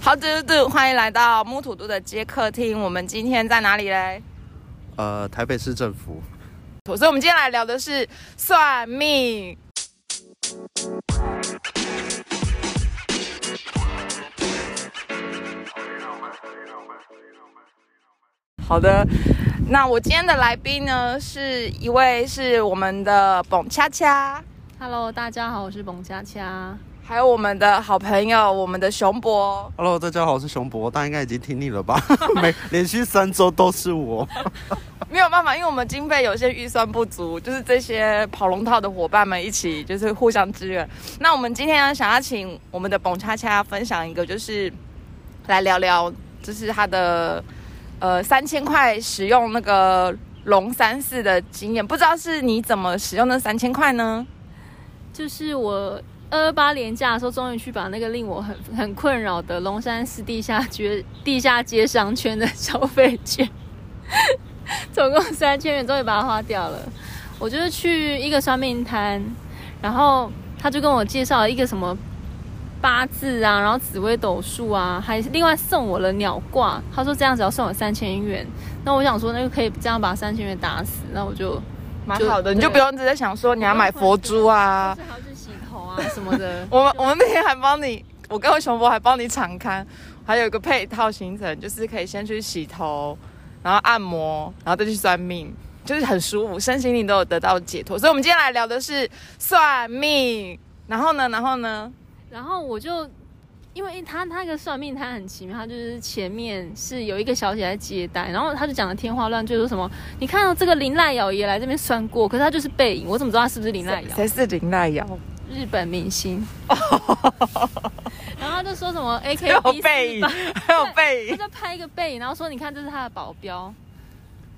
好嘟嘟，欢迎来到木土都的街客厅。我们今天在哪里嘞？呃，台北市政府，所以，我们今天来聊的是算命。好的，那我今天的来宾呢，是一位是我们的蹦恰恰， Hello，大家好，我是彭恰恰。还有我们的好朋友，我们的熊博。 Hello，大家好，我是熊博，大家应该已经听腻了 吧？每连续三周都是我，没有办法，因为我们经费有些预算不足，就是这些跑龙套的伙伴们一起就是互相支援。那我们今天呢，想要请我们的蹦恰恰分享一个，就是来聊聊，就是他的呃三千块使用那个龙三四的经验，不知道是你怎么使用那三千块呢？就是我二二八年假的时候，终于去把那个令我很 很困扰的龙山寺地下街地下街商圈的消费券， 总共三千元，终于把它花掉了。我就是去一个算命摊，然后他就跟我介绍了一个什么八字啊，然后紫微斗数啊，还另外送我了鸟卦。他说这样子要送我三千元，那我想说那就可以这样把三千元打死，那我就蛮就好的，你就对不用一直在想说你要买佛珠啊，就是还要去洗头啊什么的 。我们我们那天还帮你，我跟熊博还帮你敞开，还有一个配套行程，就是可以先去洗头，然后按摩，然后再去算命，就是很舒服，身心灵都有得到解脱。所以，我们今天来聊的是算命。然后呢？然后呢？然后我就因为他他那个算命他很奇妙，他就是前面是有一个小姐在接待，然后他就讲的天花乱坠，说什么你看到这个林濑遥也来这边算过，可是他就是背影，我怎么知道他是不是林濑遥？谁是林奈瑶？日本明 星。然后他就说什么还有 AKB 背 影，还有背 他影，就拍一个背影，然后说你看这是他的保镖，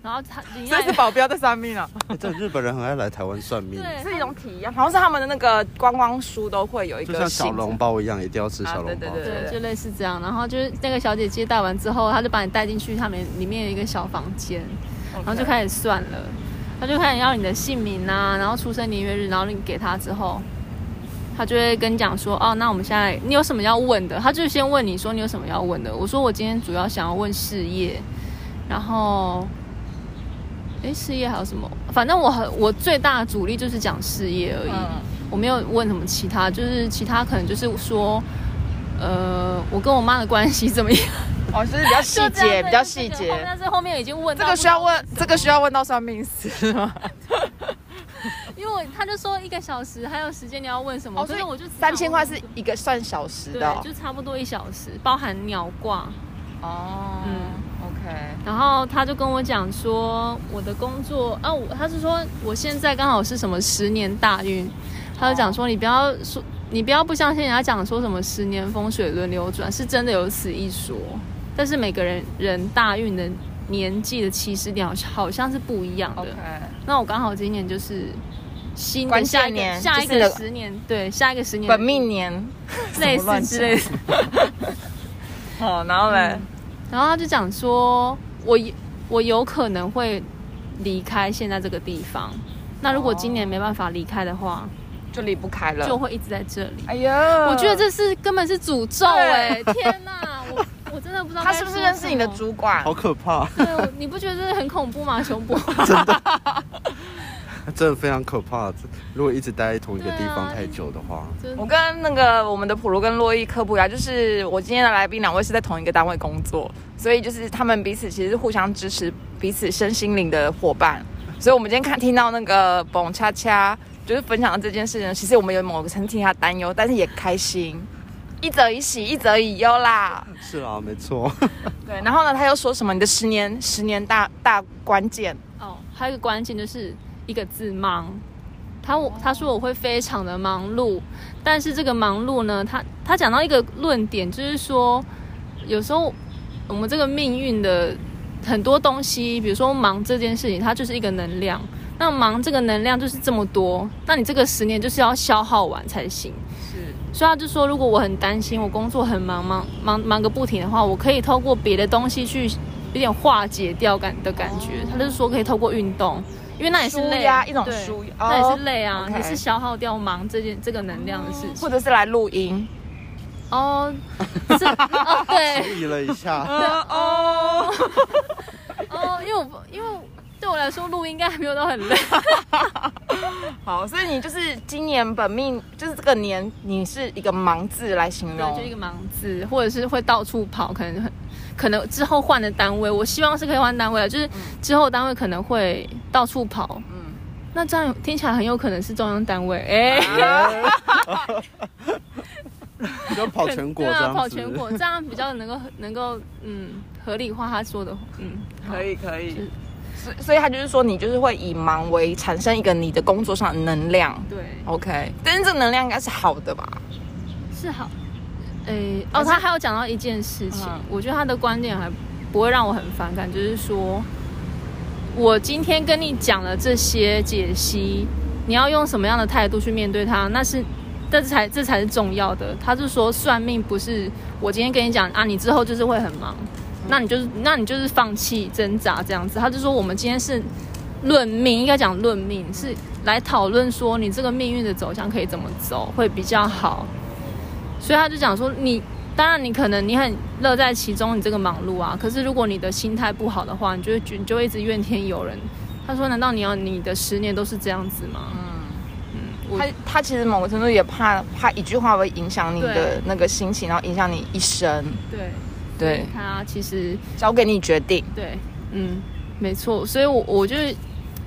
然后他林这是濑保镖在算命啊，欸这日本人很爱来台湾算命，对是一种体验，好像是他们的那个观光书都会有一就个像小性质笼包一样，一定要吃小笼包。啊对对对，就类似这样。然后就是那个小姐接待完之后，她就把你带进去他们里面有一个小房间，然后就开始算了。她就开始要你的姓名啊，然后出生年月日，然后你给她之后，她就会跟你讲说，哦，那我们现在你有什么要问的？她就先问你说你有什么要问的。我说我今天主要想要问事业，然后。诶，事业还有什么？反正我很我最大的阻力就是讲事业而已。嗯我没有问什么其他，就是其他可能就是说，呃，我跟我妈的关系怎么样？哦，就是比较细就这节，样比较细节。对就这个但是后面已经问这到个需要不知道问，这个需要问到算命师 吗？因为我他就说一个小时还有时间你要问什么，哦所以我就只想哦三千块问是一个算小时对的哦，就差不多一小时，包含鸟卦。哦，嗯嗯，OK，然后他就跟我讲说，我的工作啊，我他是说我现在刚好是什么十年大运，他就讲说你不要说，你不要不相信人家讲说什么十年风水轮流转，是真的有此一说，但是每个人人大运的年纪的起始点好像好像是不一样的。那我刚好今年就是新的关下一键个年下就一是那个个十年，对，下一个十年的本命年，类什么乱似之类的。 哦，然后嘞嗯，然后他就讲说，我有我有可能会离开现在这个地方。那如果今年没办法离开的话，就离不开就了，会一直在这里。哎呀，我觉得这是根本是诅咒哎、天哪，我我真的 不知道他该是不是说认识你的什么？主管好？可怕，对，我你不觉得这很恐怖吗，熊博？ 真的非常可怕。如果一直待在同一个地对方啊太久的话，真我的跟那个我们的普罗跟洛伊科普一下，就是我今天的来宾两位是在同一个单位工作，所以就是他们彼此其实是互相支持彼此身心灵的伙伴。所以我们今天看听到那个蹦恰恰就是分享的这件事情，其实我们有某个层替他担忧，但是也开心，一则以喜，一则以忧啦。是啊，没错。对，然后呢，他又说什么你的十年十年大大关键，哦，还有一个关键就是一个字忙。他我他说我会非常的忙碌，但是这个忙碌呢，他他讲到一个论点，就是说有时候我们这个命运的很多东西，比如说忙这件事情，它就是一个能量。那忙这个能量就是这么多，那你这个十年就是要消耗完才行。是所以他就说，如果我很担心，我工作很忙，忙忙忙个不停的话，我可以透过别的东西去有点化解掉感的感觉。他就是说可以透过运动，因为那也是累舒压一种对舒压那也哦是累啊， OK 你是消耗掉忙这件这个能量的事情。或者是来录音，哦，是哦， 对注意了一 下，呃哦，哦，因为我不因为对我来说录音应该还没有到很累。好，所以你就是今年本命，就是这个年，你是一个忙字来形容，对，就一个忙字，或者是会到处跑，可能很可能之后换的单位，我希望是可以换单位的，啊就是之后单位可能会到处跑。嗯那这样听起来很有可能是中央单位，哎、就跑全国 对这样啊，子，跑全国，这样比较能够能够嗯合理化他说的，嗯，可以可以。所以所以他就是说，你就是会以忙为产生一个你的工作上的能量对， ，OK？但是这个能量应该是好的吧？是好。诶、哦，他还有讲到一件事情，嗯我觉得他的观点还不会让我很反感，就是说，我今天跟你讲了这些解析，你要用什么样的态度去面对它，那是，这才这才是重要的。他就说，算命不是我今天跟你讲啊，你之后就是会很忙，那你就是那你就是放弃挣扎这样子。他就说，我们今天是论命，应该讲论命是来讨论说你这个命运的走向可以怎么走会比较好。所以他就讲说你，当然你可能你很乐在其中，你这个忙碌啊，可是如果你的心态不好的话，你就会觉你就会一直怨天尤人。他说，难道你要你的十年都是这样子吗？嗯我他他其实某个程度也怕怕一句话会影响你对的那个心情，然后影响你一生。对，对，他其实交给你决定。对，嗯，没错，所以我我就是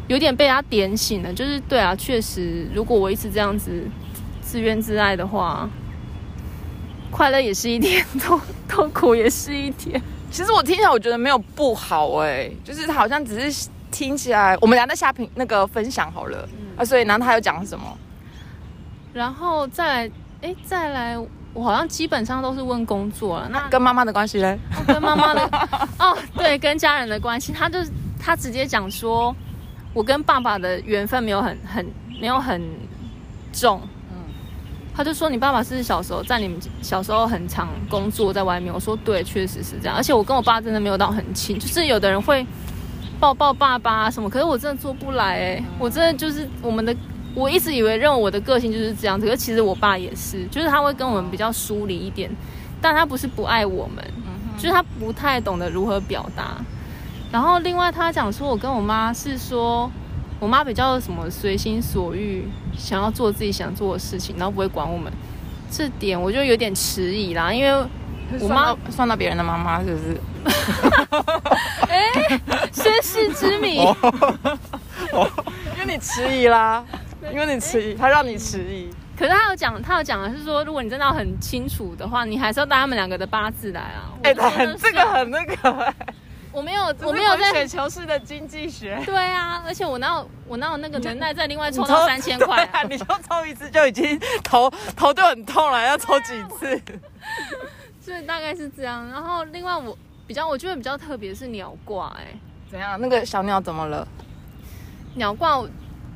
有点被他点醒了，就是对啊，确实，如果我一直这样子自怨自艾的话，快乐也是一天，痛痛苦也是一天。其实我听起来我觉得没有不好哎、就是他好像只是听起来，我们俩在下评那个分享好了、啊。所以，然后他又讲什么？ 然后再来，哎，再来，我好像基本上都是问工作了。那跟妈妈的关系嘞？跟妈妈的哦，对，跟家人的关系，他就是他直接讲说，我跟爸爸的缘分没有很很没有很重。他就说你爸爸是小时候在你们小时候很常工作在外面。我说对，确实是这样。而且我跟我爸真的没有到很亲，就是有的人会抱抱爸爸啊什么，可是我真的做不来哎、我真的就是我们的。我一直以为认为我的个性就是这样子，可是其实我爸也是，就是他会跟我们比较疏离一点，但他不是不爱我们，就是他不太懂得如何表达。然后另外他讲说，我跟我妈是说，我妈比较什么随心所欲，想要做自己想做的事情，然后不会管我们。这点我就有点迟 疑啦，因为我我妈妈算到别人的妈妈是不是？哎 身世之谜，哦因为你迟疑 啦，因为你迟疑，他让你迟疑。可是他有讲，他有讲的是说，如果你真的要很清楚的话，你还是要带他们两个的八字来啊。我哎、真的很是这个很那个、 欸，我没有，我没有在雪球式的经济学。对啊，而且我哪有我哪有那个能耐再另外抽到三千 块、对啊，你就抽一次就已经头头就很痛了，要抽几次？所以大概是这样。然后另外我比较，我觉得比较特别是鸟卦、哎，怎样？那个小鸟怎么了？鸟卦我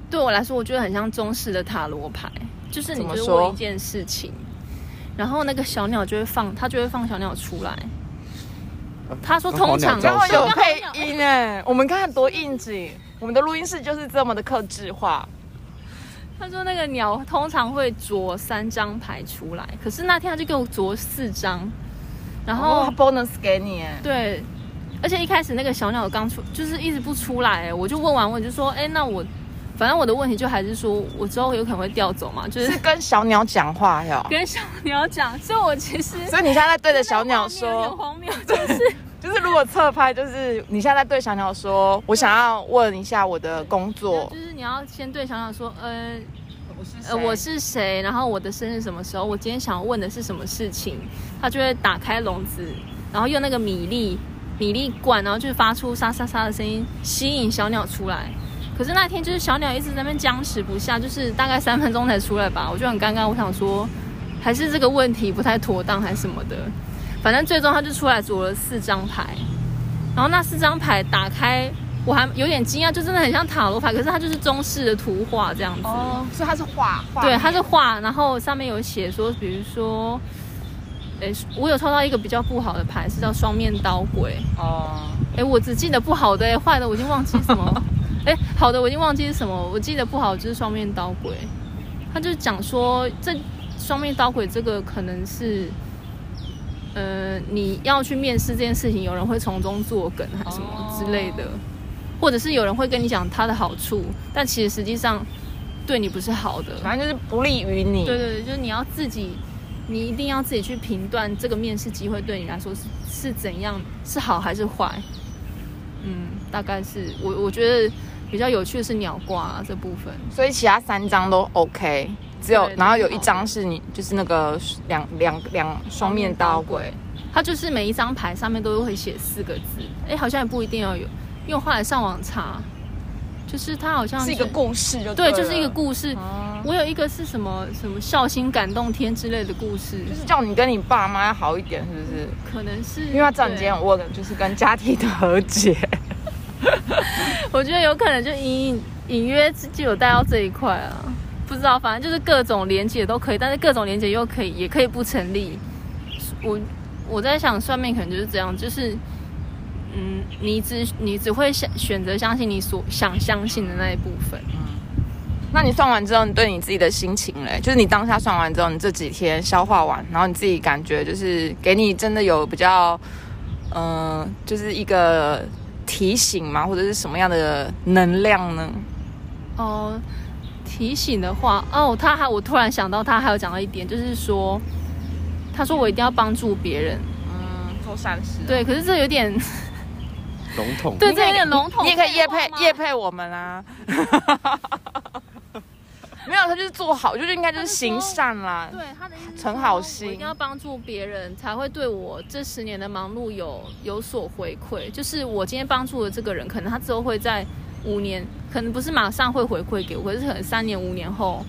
对我来说，我觉得很像中式的塔罗牌，就是你怎么就是说问一件事情，然后那个小鸟就会放，它就会放小鸟出来。他说跟候通嗯鸟常交然后手哦有配音哎、我们看多应景，我们的录音室就是这么的克制化。他说那个鸟通常会啄三张牌出来，可是那天他就给我啄四张，然然后后 bonus 给你哎、对，而且一开始那个小鸟刚出，就是一直不出来，欸我就问完我就说，哎，那我反正我的问题就还是说我之后有可能会调走嘛，就是是跟小鸟讲话哟。跟小鸟讲，所以我其实所以你现在在对着小鸟有说，荒谬， 就是就是如果侧拍，就是你现在在对小鸟说，我想要问一下我的工作就，是你要先对小鸟说，呃我是呃，我是谁，然后我的生日什么时候，我今天想要问的是什么事情，它就会打开笼子，然后用那个米粒米粒罐，然后就发出沙沙沙的声音，吸引小鸟出来。可是那天就是小鸟一直在那边僵持不下，就是大概三分钟才出来吧，我就很尴尬，我想说还是这个问题不太妥当还是什么的，反正最终他就出来啄了四张牌，然后那四张牌打开。我还有点惊讶，就真的很像塔罗牌，可是它就是中式的图画这样子。哦，所以他是画画，对，它是画，然后上面有写说，比如说，诶，我有抽到一个比较不好的牌，是叫双面刀鬼。哦，诶，我只记得不好的、诶坏的我已经忘记什么，诶，好的我已经忘记是什么，我记得不好就是双面刀鬼。他就讲说，这双面刀鬼这个可能是呃，你要去面试这件事情，有人会从中作梗还是什么之类的，或者是有人会跟你讲它的好处，但其实实际上对你不是好的。反正就是不利于你。对对对，就是你要自己，你一定要自己去评断这个面试机会对你来说是是怎样，是好还是坏。嗯，大概是我我觉得比较有趣的是鸟挂、这部分，所以其他三张都 OK，只有对然后有都一好张是你就是那个两两两双面刀鬼，它就是每一张牌上面都会写四个字，哎，好像也不一定要有，因为我后来上网查，就是它好像是一个故事就对，了就是一个故事。哦我有一个是什么什么孝心感动天之类的故事，就是叫你跟你爸妈好一点，是不是？可能是因为他这对几天我的就是跟家庭的和解，我觉得有可能就隐隐隐约就有带到这一块啊，不知道，反正就是各种连接都可以，但是各种连接又可以，也可以不成立。我我在想，算命可能就是这样，就是嗯，你只你只会想选择相信你所想相信的那一部分。那你算完之后，你对你自己的心情嘞，就是你当下算完之后，你这几天消化完，然后你自己感觉就是给你真的有比较，嗯、就是一个提醒嘛，或者是什么样的能量呢？哦，提醒的话，哦，他还我突然想到，他还有讲到一点，就是说，他说我一定要帮助别人，嗯，做善事。对，可是啊这有点。笼统对你可以这有点笼统你也可以夜废话配吗夜配我们啊。 没有，他就是做好，就是应该就是行善啦。对他的意思是存说好心我一定要帮助别人，才会对我这十年的忙碌有有所回馈。就是我今天帮助了这个人，可能他之后会在五年，可能不是马上会回馈给我，可是可能三年、五年后，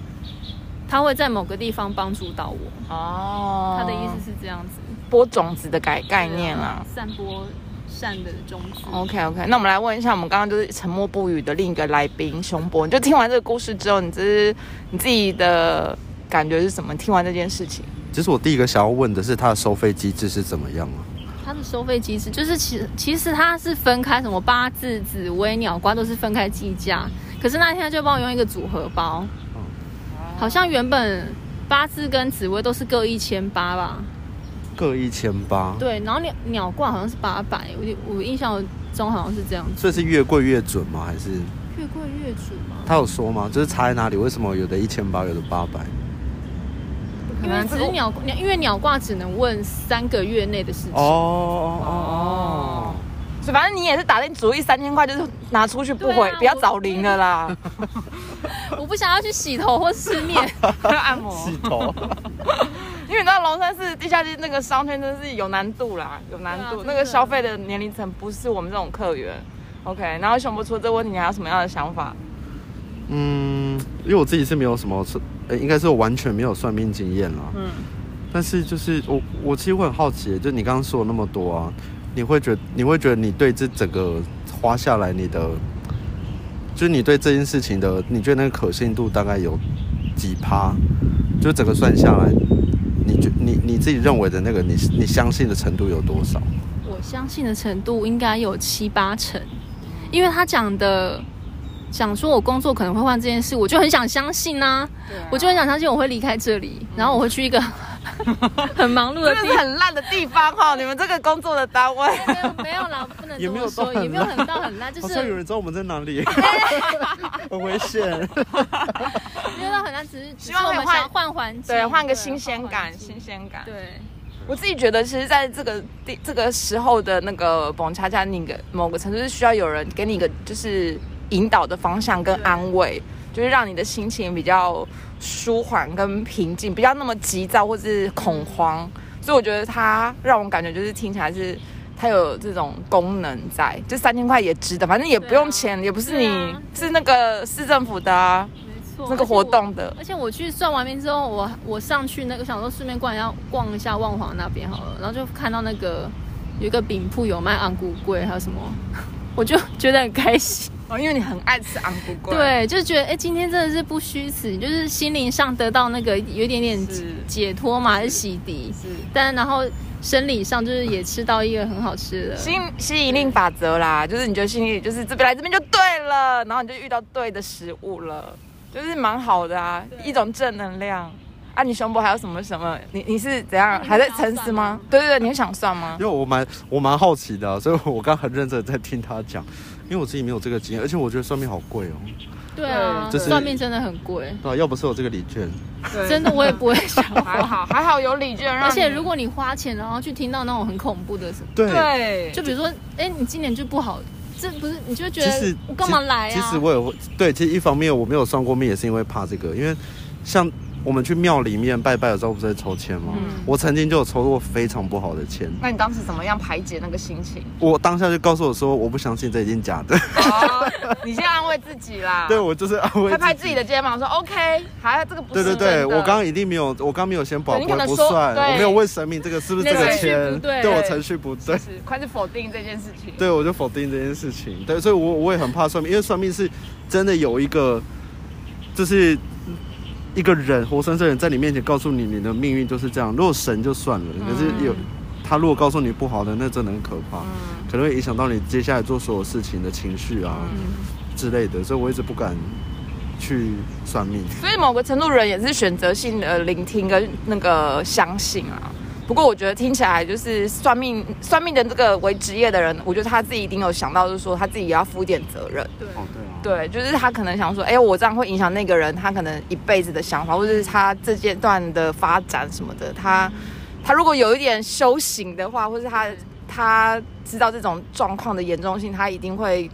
他会在某个地方帮助到我。哦他的意思是这样子，啊播种子的概概念啦。哦散播善的种子。 OK OK，那我们来问一下，我们刚刚就是沉默不语的另一个来宾熊博，你就听完这个故事之后，你这是你自己的感觉是什么？听完这件事情，其实我第一个想要问的是，它的收费机制是怎么样啊？它的收费机制就是其其实它是分开什么八字、紫薇、鸟瓜都是分开计价，可是那天他就帮我用一个组合包，好像原本八字跟紫薇都是各一千八吧，各一千八，对，然后鸟鸟卦好像是八百，我有我印象中好像是这样子，所以是越贵越准吗？还是越贵越准嘛，他有说吗？就是差在哪里？为什么有的一千八，有的八百？因为只哦是鸟鸟因为鸟卦只能问三个月内的事情，哦哦哦所以反正你也是打定主意，三千块就是拿出去不回，对啊不要找零了啦。我不想要去洗头或吃面， 按摩 哦，洗头。因为你知道龙山寺地下街那个商圈真的是有难度啦，有难度，对啊真那的个消费的年龄层不是我们这种客源。OK，然后熊博除了这个问题，你还有什么样的想法？嗯，因为我自己是没有什么算，呃、应该是我完全没有算命经验啦。嗯嗯，但是就是我，我其实会很好奇，就你刚刚说的那么多啊，你会觉你会觉得你对这整个花下来，你的，就是你对这件事情的，你觉得那个可信度大概有几趴？就整个算下来，你觉你你自己认为的那个你你相信的程度有多少？我相信的程度应该有七八成，因为他讲的讲说我工作可能会换这件事，我就很想相信呐、啊我就很想相信我会离开这里，嗯然后我会去一个 很忙碌的真的地是很烂的地方哈、你们这个工作的单位。方。没有啦，不能也这没么有说，到也没有很到很烂，就好是像有人知道我们在哪里，很危险。没有到很烂，只是只希是望我可以们换想要换环境，对，换个 对新鲜换环感，境新鲜感。对，我自己觉得，其实在这个地这个时候的那个蹦恰恰，那个某个程度是需要有人给你一个就是引导的方向跟对安慰，就是让你的心情比较舒缓跟平静，不要那么急躁或是恐慌。所以我觉得它让我感觉就是听起来是。它有这种功能在，就三千块也值得，反正也不对啊用钱，也不是你、对啊是那个市政府的、啊、没错，那个活动的。而且我去算完命之后，我我上去那个想说顺便逛一下逛一下万华那边好了，然后就看到那个有一个饼铺有卖昂古贵，还有什么， 我就觉得很开心。哦，因为你很爱吃昂咕龟，，对，就是觉得哎、诶今天真的是不虚此，就是心灵上得到那个有一点点是解脱嘛，还是洗涤。是但然后生理上就是也吃到一个很好吃的，吸吸引力法则啦，就是你觉得心里就是这边来这边就对了，然后你就遇到对的食物了，就是蛮好的啊，一种正能量。啊，你胸部还有什么什么？你你是怎样？那你还会在想要沉思算吗吗？对对对，你会想算吗因？为我蛮我蛮好奇的啊、所以我刚很认真地在听他讲，因为我自己没有这个经验，而且我觉得算命好贵哦，对啊，就是算命真的很贵，对、啊，要不是有这个礼券，对真的我也不会想。 还好还好有礼券让而你，且如果你花钱然后去听到那种很恐怖的什么，对，对，就比如说，哎，你今年就不好，这不是你就会觉其实得我干嘛来啊？其实我也会对，其实一方面我没有算过命，也是因为怕这个，因为像我们去庙里面拜拜的时候，不是会抽签吗？嗯我曾经就有抽过非常不好的签，那你当时怎么样排解那个心情？我当下就告诉我说，我不相信这一定假的，哦， 你先安慰自己啦。 对我就是安慰拍拍自己的肩膀说 OK，还这个不对是对真的。对，我刚刚一定没有，我刚刚没有先保对你可关能不说算，对我没有问神明这个是不是你这的个程序签，不对我程序不对，是快是否定这件事情。对我就否定这件事情，对，所以我我也很怕算命，因为算命是真的有一个，就是一个人活生生人在你面前告诉你你的命运就是这样，如果神就算了，嗯可是有他如果告诉你不好的，那真的很可怕，嗯可能会影响到你接下来做所有事情的情绪啊嗯之类的，所以我一直不敢去算命。所以某个程度人也是选择性的聆听跟那个相信啊。不过我觉得听起来就是算命算命的这个为职业的人，我觉得他自己一定有想到，就是说他自己也要负一点责任。对哦，对啊，对，就是他可能想说，哎、我这样会影响那个人，他可能一辈子的想法，或者是他这阶段的发展什么的。他他如果有一点修行的话，或是他他知道这种状况的严重性，他一定会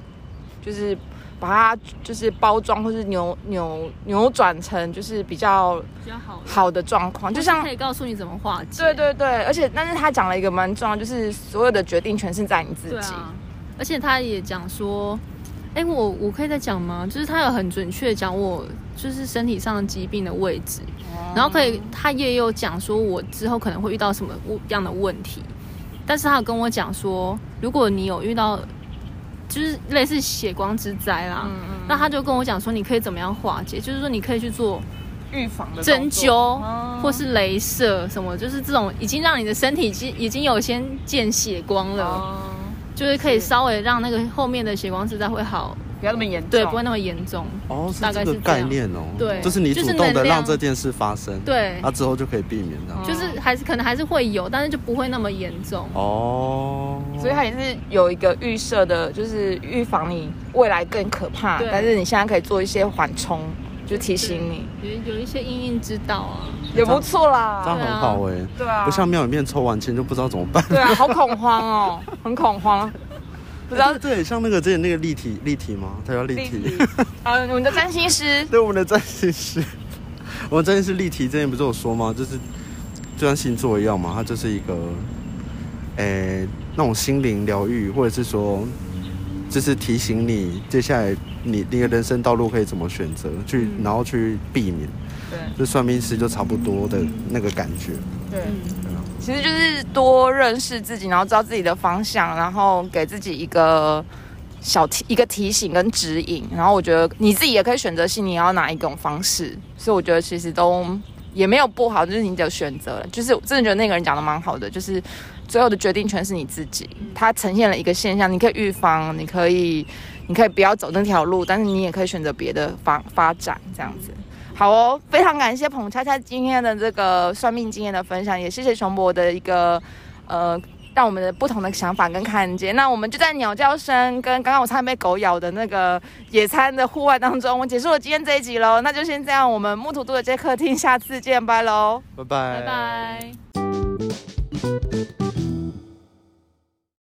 就是把它就是包装，或是扭扭扭转成就是比较比较好，好的状况，就或像是可。以告诉你怎么化解。对对对，而且但是他讲了一个蛮重要，就是所有的决定全是在你自对己。啊，而且他也讲说，哎、我我可以再讲吗？就是他有很准确地讲我就是身体上疾病的位置，哦然后可以他也有讲说我之后可能会遇到什么样的问题，但是他有跟我讲说，如果你有遇到就是类似血光之灾啦。嗯那他就跟我讲说，你可以怎么样化解？就是说，你可以去做预防的针灸哦，或是镭射什么，就是这种已经让你的身体已经已经有先见血光了，哦就是可以是稍微让那个后面的血光之灾会好，不要那么严重，对，不会那么严重。哦，是大这概个是这概样念哦，对就是你就主是动能的让量这件事发生，对，嗯那之后就可以避免的。哦就是还是可能还是会有，但是就不会那么严重。哦，所以它也是有一个预设的，就是预防你未来更可怕，对但是你现在可以做一些缓冲，就提醒你，有有一些阴影之道啊，也不错这样啦。很好哎、对啊，不像庙里面抽完签就不知道怎么办。对啊，好恐慌哦，很恐慌， 不知道对 对，像那个之前那个立体立体吗？它叫立体。立体 呃，我们的占星师 对，我们的占星师， 我们占星师立体之前不是有说吗？就是就像星座一样嘛，它就是一个，诶、那种心灵疗愈，或者是说，就是提醒你接下来你你的人生道路可以怎么选择，去、然后去避免。嗯对就算命师就差不多的那个感觉。对，对啊其实就是多认识自己，然后知道自己的方向，然后给自己一个小提一个提醒跟指引。然后我觉得你自己也可以选择性你要哪一种方式，所以我觉得其实都也没有不好，就是你的选择了。就是我真的觉得那个人讲的蛮好的，就是最后的决定权是你自己。它呈现了一个现象，你可以预防，你可以你可以不要走那条路，但是你也可以选择别的方发展这样子。好哦，非常感谢彭恰恰今天的这个算命经验的分享，也谢谢熊博的一个呃，让我们的不同的想法跟看见。那我们就在鸟叫声跟刚刚我差点被狗咬的那个野餐的户外当中，我们结束了今天这一集喽。那就先这样，我们木土度的接客厅，下次见，拜喽。拜拜，拜拜。